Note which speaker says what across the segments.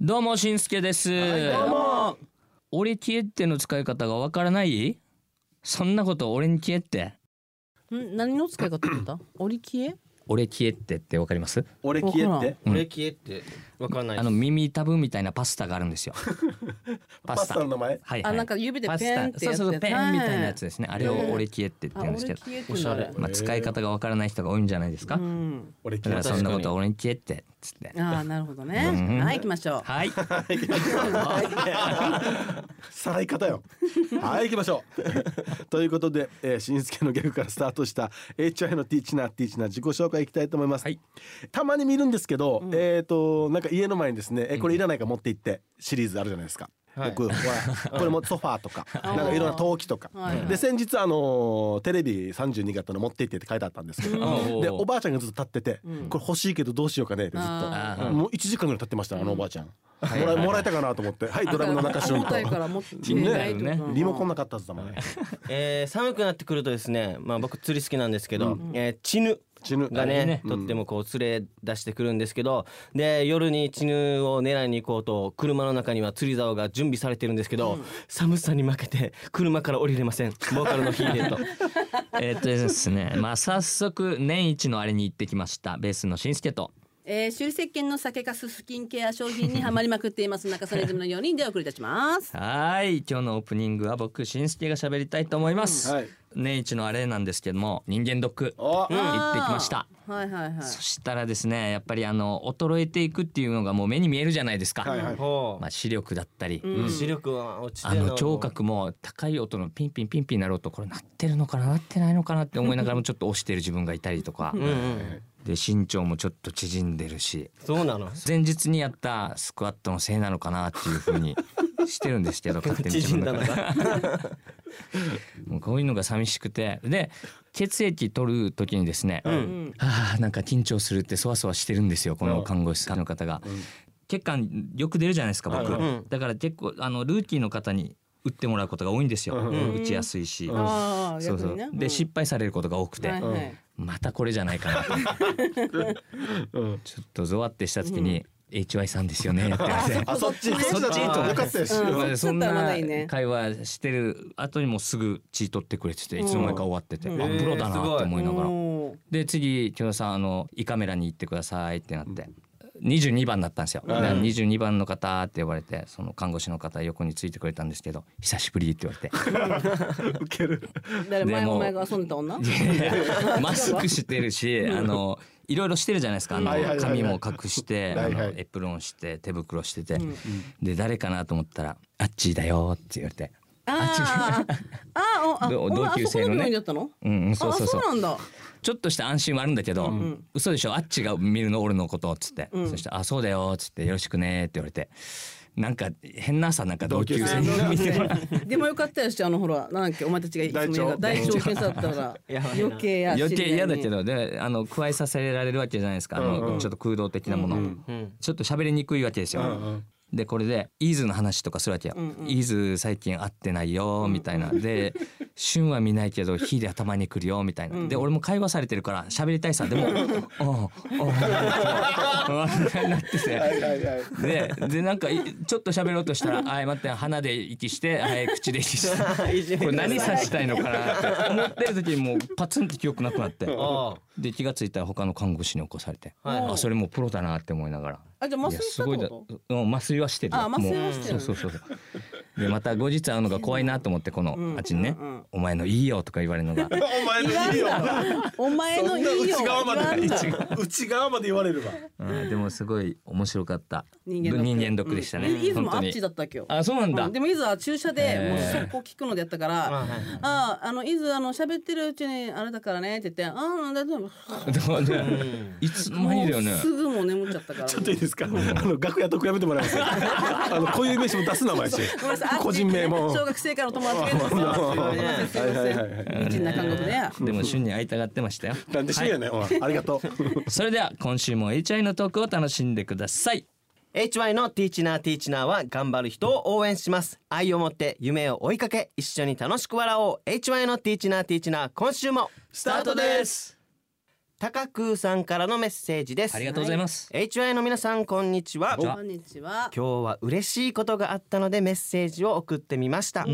Speaker 1: どうもしんすけです、俺消えっての使い方がわからないそんなこと俺に消えって
Speaker 2: ん何の使い方だった折り消え
Speaker 1: 俺消えってってわかります
Speaker 3: 俺消えて
Speaker 1: うん
Speaker 4: 俺消えってわかんない
Speaker 1: あの耳たぶみたいなパスタがあるんですよパ
Speaker 3: パ
Speaker 1: ス
Speaker 3: スタ
Speaker 1: タ
Speaker 3: の名前
Speaker 1: はいは
Speaker 2: あ
Speaker 1: い
Speaker 2: なんか指でペン
Speaker 1: パス
Speaker 2: ってやっ
Speaker 1: タ
Speaker 2: て
Speaker 1: そうそうそうペンみたいなやつですねあれを
Speaker 2: ね
Speaker 1: 俺消えってって
Speaker 2: あ
Speaker 1: 言うん
Speaker 2: 折
Speaker 1: ですけど
Speaker 2: り消えって
Speaker 4: おしゃれ
Speaker 1: まあ使い方がわからない人が多いんじゃないですか
Speaker 2: うん
Speaker 3: 俺
Speaker 1: だか
Speaker 3: 消え
Speaker 1: ら
Speaker 3: て
Speaker 1: そんなことは俺に消えってつって
Speaker 2: ああなるほど
Speaker 1: うん
Speaker 2: ねはい行きましょう
Speaker 1: はい
Speaker 3: さらい方よはい行きましょう ということで、えー、しんすけのギャグからスタートした HI のティーチナーティーチナー自己紹介いきたいと思います、
Speaker 1: はい
Speaker 3: たまに見るんですけど、えっ、となんか家の前にですね、えこれいらないから持って行ってシリーズあるじゃないですか、
Speaker 4: はい
Speaker 3: 僕はこれもソファーとかなんかいろんな陶器とか、
Speaker 2: はいはい
Speaker 3: で先日あのーテレビ32型の持って行ってって書いてあったんですけど、
Speaker 1: うん
Speaker 3: でおばあちゃんがずっと立ってて、これ欲しいけどどうしようかねってずっと
Speaker 2: あ
Speaker 1: ー
Speaker 3: もう1時間ぐらい経ってましたあのおばあちゃん、もらえもらえたかなと思ってはいドラムの中旬
Speaker 2: 重たいか
Speaker 3: と
Speaker 2: ら持っていないとか
Speaker 1: ね
Speaker 2: うん
Speaker 3: リモコンなかったはずだもんね
Speaker 4: えー寒くなってくるとですねまあ僕釣り好きなんですけど、えーチヌ
Speaker 3: 死ぬ
Speaker 4: が
Speaker 1: あいい
Speaker 4: ね
Speaker 1: ね
Speaker 4: とってもこう連れ出してくるんですけどで夜にチヌを狙いに行こうと車の中には釣り竿が準備されてるんですけど、寒さに負けて車から降りれませんボーカルのヒーデーと
Speaker 1: えーっとですねまあ早速年一のあれに行ってきましたベースのしんすけと
Speaker 2: えー、修理石鹸の酒かすスキンケア商品にはまりまくっています中曽根ジムの4人でお 送りいたします
Speaker 1: はーい今日のオープニングは僕しんすけが喋りたいと思います、
Speaker 3: はい
Speaker 1: 年一のあれなんですけども人間ドック行
Speaker 3: お
Speaker 1: ってきました
Speaker 2: はいはいはい
Speaker 1: そしたらですねやっぱりあの衰えていくっていうのがもう目に見えるじゃないですか、
Speaker 3: はいはい
Speaker 4: ほう
Speaker 1: まあ、視力だったり、
Speaker 4: 視力は落ち
Speaker 1: あ
Speaker 4: てる
Speaker 1: の聴覚も高い音のピンピンピンピンなる音これ鳴ってるのかな鳴ってないのかなって思いながらもちょっと押してる自分がいたりとか、
Speaker 4: うんうん
Speaker 1: で身長もちょっと縮んでるし
Speaker 4: そうなの
Speaker 1: 前日にやったスクワットのせいなのかなっていうふうにしてるんですけ ど勝手に自
Speaker 4: 縮ん
Speaker 1: 分の
Speaker 4: だの
Speaker 1: 中で
Speaker 4: か
Speaker 1: もうこういうのが寂しくてで血液取る時にですね、
Speaker 4: ん
Speaker 1: はあなんか緊張するってそわそわしてるんですよこの看護師さんの方が、血管よく出るじゃないですか僕、
Speaker 3: はい
Speaker 4: はい
Speaker 1: だから結構あのルーキーの方に打ってもらうことが多いんですよ、
Speaker 3: うん
Speaker 1: 打ちやすいし、
Speaker 2: ああ
Speaker 1: そう
Speaker 2: 逆
Speaker 1: そう
Speaker 2: にね
Speaker 1: で失敗されることが多くて、
Speaker 2: はいはい
Speaker 1: またこれじゃないかなって
Speaker 3: うん
Speaker 1: ちょっとゾワってした時に「HY さんですよね」って言わ れて。
Speaker 3: あそっち
Speaker 2: そっち
Speaker 3: そっち
Speaker 1: あー
Speaker 3: よかったよし
Speaker 2: うん
Speaker 1: そん
Speaker 2: だったらま
Speaker 1: な
Speaker 2: だいいね
Speaker 1: 会話してる後にもすぐ血取ってくれてていつの間にか終わってて、
Speaker 2: うん
Speaker 1: あプロだなって思いながら、
Speaker 2: おー
Speaker 1: で次木村さんあの胃カメラに行ってくださいってなって。22番だったんですよ、だから22番の方って呼ばれてその看護師の方横についてくれたんですけど「久しぶり」って言われて
Speaker 3: ウケる
Speaker 2: 誰
Speaker 1: で
Speaker 2: 前
Speaker 1: も
Speaker 2: お前が遊んでた女
Speaker 1: マスクしてるし、あのいろいろしてるじゃないですか。あ
Speaker 3: はいはいはい
Speaker 1: の
Speaker 3: はい
Speaker 1: 髪も隠して、
Speaker 3: は
Speaker 1: あ
Speaker 3: いはい
Speaker 1: のエプロンして手袋してて、で誰かなと思ったらあっちーだよって言われて、
Speaker 2: あーあーおあ
Speaker 1: ど
Speaker 2: お前
Speaker 1: 同級生のね
Speaker 2: あそこ病院だったの
Speaker 1: うんうんそうそうそう
Speaker 2: あ。そうなんだ
Speaker 1: ちょっとした安心はあるんだけど、嘘でしょあっちが見るの俺のことっつって、そして「あそうだよ」っつって「よろしくね」って言われてなんか変なさなんか同級生に見てもらう
Speaker 2: でもよかったよしあのほらなんだっけお前たちがいつも言うのが大
Speaker 3: 大
Speaker 2: 腸検査だったから 余計や
Speaker 1: 余
Speaker 2: 知り合
Speaker 1: 計
Speaker 2: いに
Speaker 1: 嫌だけどであの加えさせられるわけじゃないですかあの、ちょっと空洞的なもの、ちょっと喋りにくいわけですよ。でこれでイーズの話とかするわけよ。イーズ最近会ってないよみたいな、で旬は見ないけど火で頭に来るよみたいな、で俺も会話されてるから喋りたいさでも「おうおうおうおう」なってて。
Speaker 3: はいはいはい
Speaker 1: ででなんかいちょっと喋ろうとしたら「あい待って鼻で息してはい口で息 して これ何さしたいのかな」って思ってる時にもうパツンって記憶なくなって
Speaker 4: あ
Speaker 1: で気がついたら他の看護師に起こされて、
Speaker 4: はい
Speaker 1: あそれもうプロだなって思いながら。
Speaker 2: あじゃあ麻酔したってこと
Speaker 1: いやすごいだうん麻酔はしてるよ
Speaker 2: あ麻酔は
Speaker 1: もう
Speaker 2: してる
Speaker 1: そうそうそうそうでまた後日会うのが怖いなと思ってこのあっちにね、お前のいいよ」とか言われるのが
Speaker 3: お前のいいよ
Speaker 2: お前のいいよ
Speaker 3: 内側ま
Speaker 2: 言わん
Speaker 3: で
Speaker 2: だ
Speaker 3: 内側まで言われるわ
Speaker 1: うんでもすごい面白かった
Speaker 2: 人間
Speaker 1: ド
Speaker 2: ドック
Speaker 1: ックでしたね、
Speaker 2: いいつ
Speaker 1: 本
Speaker 2: もあ
Speaker 1: 当
Speaker 2: っ
Speaker 1: に
Speaker 2: ちだったっけよ
Speaker 1: あそうなんだ、
Speaker 2: うんでもいずは注射で
Speaker 1: へ
Speaker 2: もう
Speaker 1: ー
Speaker 2: 速攻聞くのでやったから
Speaker 4: あ
Speaker 2: 「ああのいずあの喋ってるうちにあれだからね」って言って「ああ大丈夫」
Speaker 1: いつの間にだよね
Speaker 2: もうすぐもう眠っちゃったから
Speaker 3: ちょっといいですかあの楽屋特やめてもらえますあのこういう名詞も出すな毎週
Speaker 2: ごめんな さい
Speaker 3: 個人名も
Speaker 2: 小学生からお友達がいるんですよごめんなさいすいません未知な韓国ね
Speaker 1: でも旬に会いたがってましたよ
Speaker 3: なんでしやねんおいありがとう
Speaker 1: それでは今週も HI のトークを楽しんでください
Speaker 4: HY のティーチナーティーチナーは頑張る人を応援します愛を持って夢を追いかけ一緒に楽しく笑おう HY のティーチナーティーチナー今週もス
Speaker 1: タートです
Speaker 4: 高空さんからのメッセージです
Speaker 1: ありがとうございます。
Speaker 4: HY の皆さんこんにちは
Speaker 1: こんにちは
Speaker 2: こんにちは。
Speaker 4: 今日は嬉しいことがあったのでメッセージを送ってみました、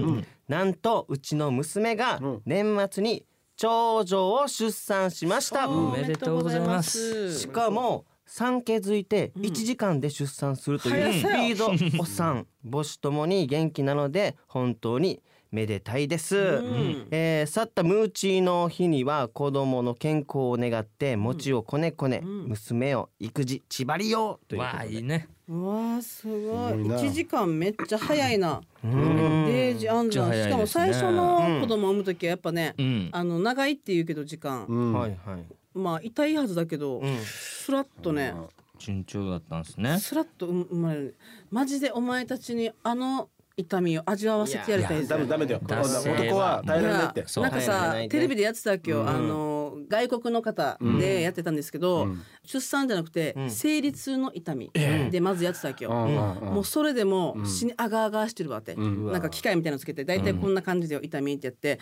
Speaker 4: なんとうちの娘が
Speaker 3: うん
Speaker 4: 年末に長女を出産しました、
Speaker 1: おめでとうございます
Speaker 4: しかも産気づいて1時間で出産するというスピード、 お産母子ともに元気なので本当にめでたいです、
Speaker 2: ん
Speaker 4: えー去ったムーチーの日には子供の健康を願って餅をこねこね、
Speaker 2: うん
Speaker 4: 娘を育児ちばりようということ
Speaker 1: わあ
Speaker 4: で
Speaker 1: いいね。
Speaker 2: うわあすご
Speaker 3: すごい
Speaker 2: い。
Speaker 3: な
Speaker 2: 一時間めっちゃ早いな。
Speaker 4: うん
Speaker 2: デイジア
Speaker 1: め
Speaker 2: ンダ
Speaker 1: っちゃ早いですね
Speaker 2: しかも最初の子供を産む時はやっぱね
Speaker 1: う、ん。
Speaker 2: あの長いって言うけど時間、
Speaker 3: うん
Speaker 4: はいはい、
Speaker 2: まあ痛いはずだけど、
Speaker 4: うん
Speaker 2: スラッとね、
Speaker 1: 順調だったんですね。
Speaker 2: スラッと生まれる。マジでお前たちにあの痛みを味わわせてやりたいです
Speaker 3: ダ
Speaker 2: よ
Speaker 3: メダメだよ
Speaker 1: 男性は
Speaker 3: 男は耐えられないって
Speaker 1: そう
Speaker 2: なんか
Speaker 4: 入ら
Speaker 2: さ
Speaker 4: ないね
Speaker 2: テレビでやってたっけよ、
Speaker 4: うん
Speaker 2: あの外国の方でやってたんですけど、
Speaker 3: うん
Speaker 2: 出産じゃなくて、
Speaker 4: うん
Speaker 2: 生理痛の痛み
Speaker 4: ええ
Speaker 2: でまずやってたっけよ、も
Speaker 3: も
Speaker 2: うそれでも
Speaker 3: うん
Speaker 2: 死にあがあがしてるわって、
Speaker 3: うん
Speaker 2: なんか機械みたいなのつけて大体こんな感じでよ痛みってやって、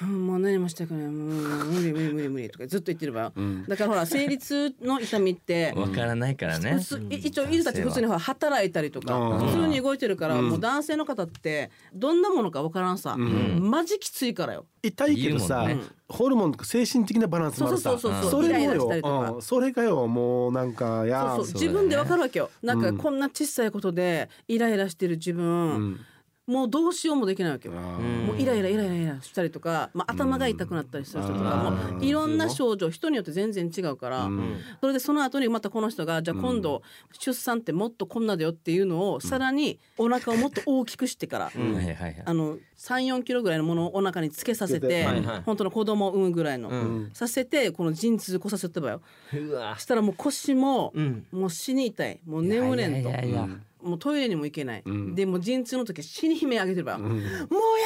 Speaker 2: うんもう何もしたくないもう無理無理無理無理とかずっと言ってるわよ、
Speaker 3: うん
Speaker 2: だからほら生理痛の痛 みって
Speaker 1: わからないからね
Speaker 2: 普。通い一応犬たち普通にほら働いたりとか
Speaker 3: うん
Speaker 2: 普通に動いてるから、もう男性の方ってどんなものかわからんさ、
Speaker 3: ん
Speaker 2: マジきついからよ。
Speaker 3: 痛いけどさ
Speaker 1: 言う
Speaker 2: もんね
Speaker 3: ホルモンとか精神的なバランスもあるさ
Speaker 2: そうそう
Speaker 1: そうそう
Speaker 3: それ
Speaker 2: イラ
Speaker 3: も
Speaker 2: イラしたりとか
Speaker 3: ようんそれがよもうなんかや
Speaker 2: そうそ
Speaker 1: そ
Speaker 2: う
Speaker 1: うだ
Speaker 2: 自
Speaker 1: よね
Speaker 2: 分でわかるわけよなん
Speaker 3: う
Speaker 2: か
Speaker 3: ん
Speaker 2: こんな小さいことでイライラしてる自
Speaker 3: う
Speaker 2: 分、
Speaker 3: ん
Speaker 2: もうどうしようもできないわけよ、
Speaker 3: あ
Speaker 4: うん
Speaker 3: ー
Speaker 2: もうイライライライライラしたりとか、まあ、頭が痛くなったりする人とか、
Speaker 3: うん
Speaker 2: もういろんな症状人によって全然違うから、
Speaker 3: うん
Speaker 2: それでその後にまたこの人がじゃあ今度出産ってもっとこんなだよっていうのをさらにお腹をもっと大きくしてから。
Speaker 1: うんはいはいはい。
Speaker 2: あの34キロぐらいのものをお腹につけさせ
Speaker 3: つ
Speaker 2: て、
Speaker 3: けてはい
Speaker 4: はい
Speaker 2: 本当の子供を産むぐらいの、
Speaker 4: うん
Speaker 2: させてこの陣痛こさせてばよ
Speaker 4: うわ
Speaker 2: したらもう腰も、
Speaker 4: うん
Speaker 2: もう死に痛いもう眠れんと
Speaker 1: いやいやいや
Speaker 2: もうトイレにも行けない、
Speaker 3: ん
Speaker 2: でもう陣痛の時死に悲鳴あげてるば、もうや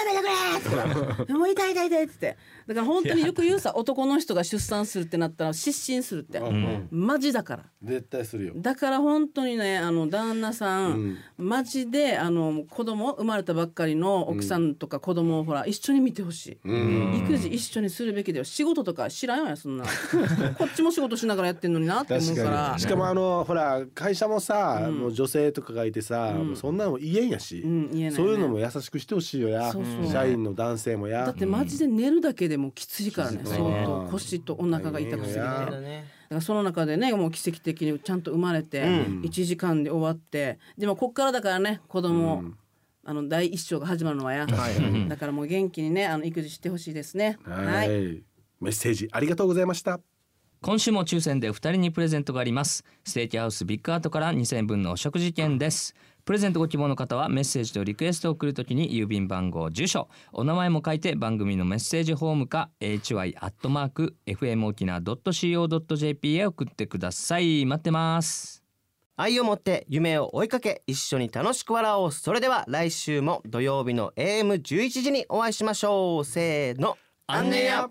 Speaker 2: めてくれーってもう痛い痛い痛いっつってだから本当によく言うさ男の人が出産するってなったら失神するって、
Speaker 3: うん
Speaker 2: マジだから
Speaker 3: 絶対するよ
Speaker 2: だから本当にねあの旦那さん、マジであの子供生まれたばっかりの奥さんとか子供をほら一緒に見てほしい。育児一緒にするべきだよ仕事とか知らんわよそんなこっちも仕事しながらやってんのになって思う
Speaker 3: 確
Speaker 2: から
Speaker 3: かにしかもあのほら会社もさもう女性とかがいてさもうそんなのも言えんやし
Speaker 2: うん言えないね
Speaker 3: そういうのも優しくしてほしいよや
Speaker 2: そうそう
Speaker 3: 社員の男性も
Speaker 2: だ
Speaker 3: や
Speaker 2: ってマジで寝るだけでもきついからね
Speaker 3: きつい
Speaker 2: 相
Speaker 3: ね
Speaker 2: 当腰とお腹が痛くすぎて
Speaker 3: 大変
Speaker 2: だ
Speaker 3: や
Speaker 2: か、
Speaker 3: な
Speaker 2: らその中でねもう奇跡的にちゃんと生まれて
Speaker 4: うん
Speaker 2: 1時間で終わってでもこっからだからね子供あの第一章が始まるのはやだからもう元気にねあの育児してほしいですね
Speaker 3: は
Speaker 2: はい
Speaker 3: いメッセージありがとうございました
Speaker 1: 今週も抽選で2人にプレゼントがありますステーキハウスビッグアートから2000分のお食事券ですプレゼントご希望の方はメッセージとリクエストを送るときに郵便番号住所お名前も書いて番組のメッセージホームか hy.fmokina.co.jp へ送ってください待ってます
Speaker 4: 愛を持って夢を追いかけ一緒に楽しく笑おうそれでは来週も土曜日の AM11 時にお会いしましょうせーの
Speaker 1: アンネや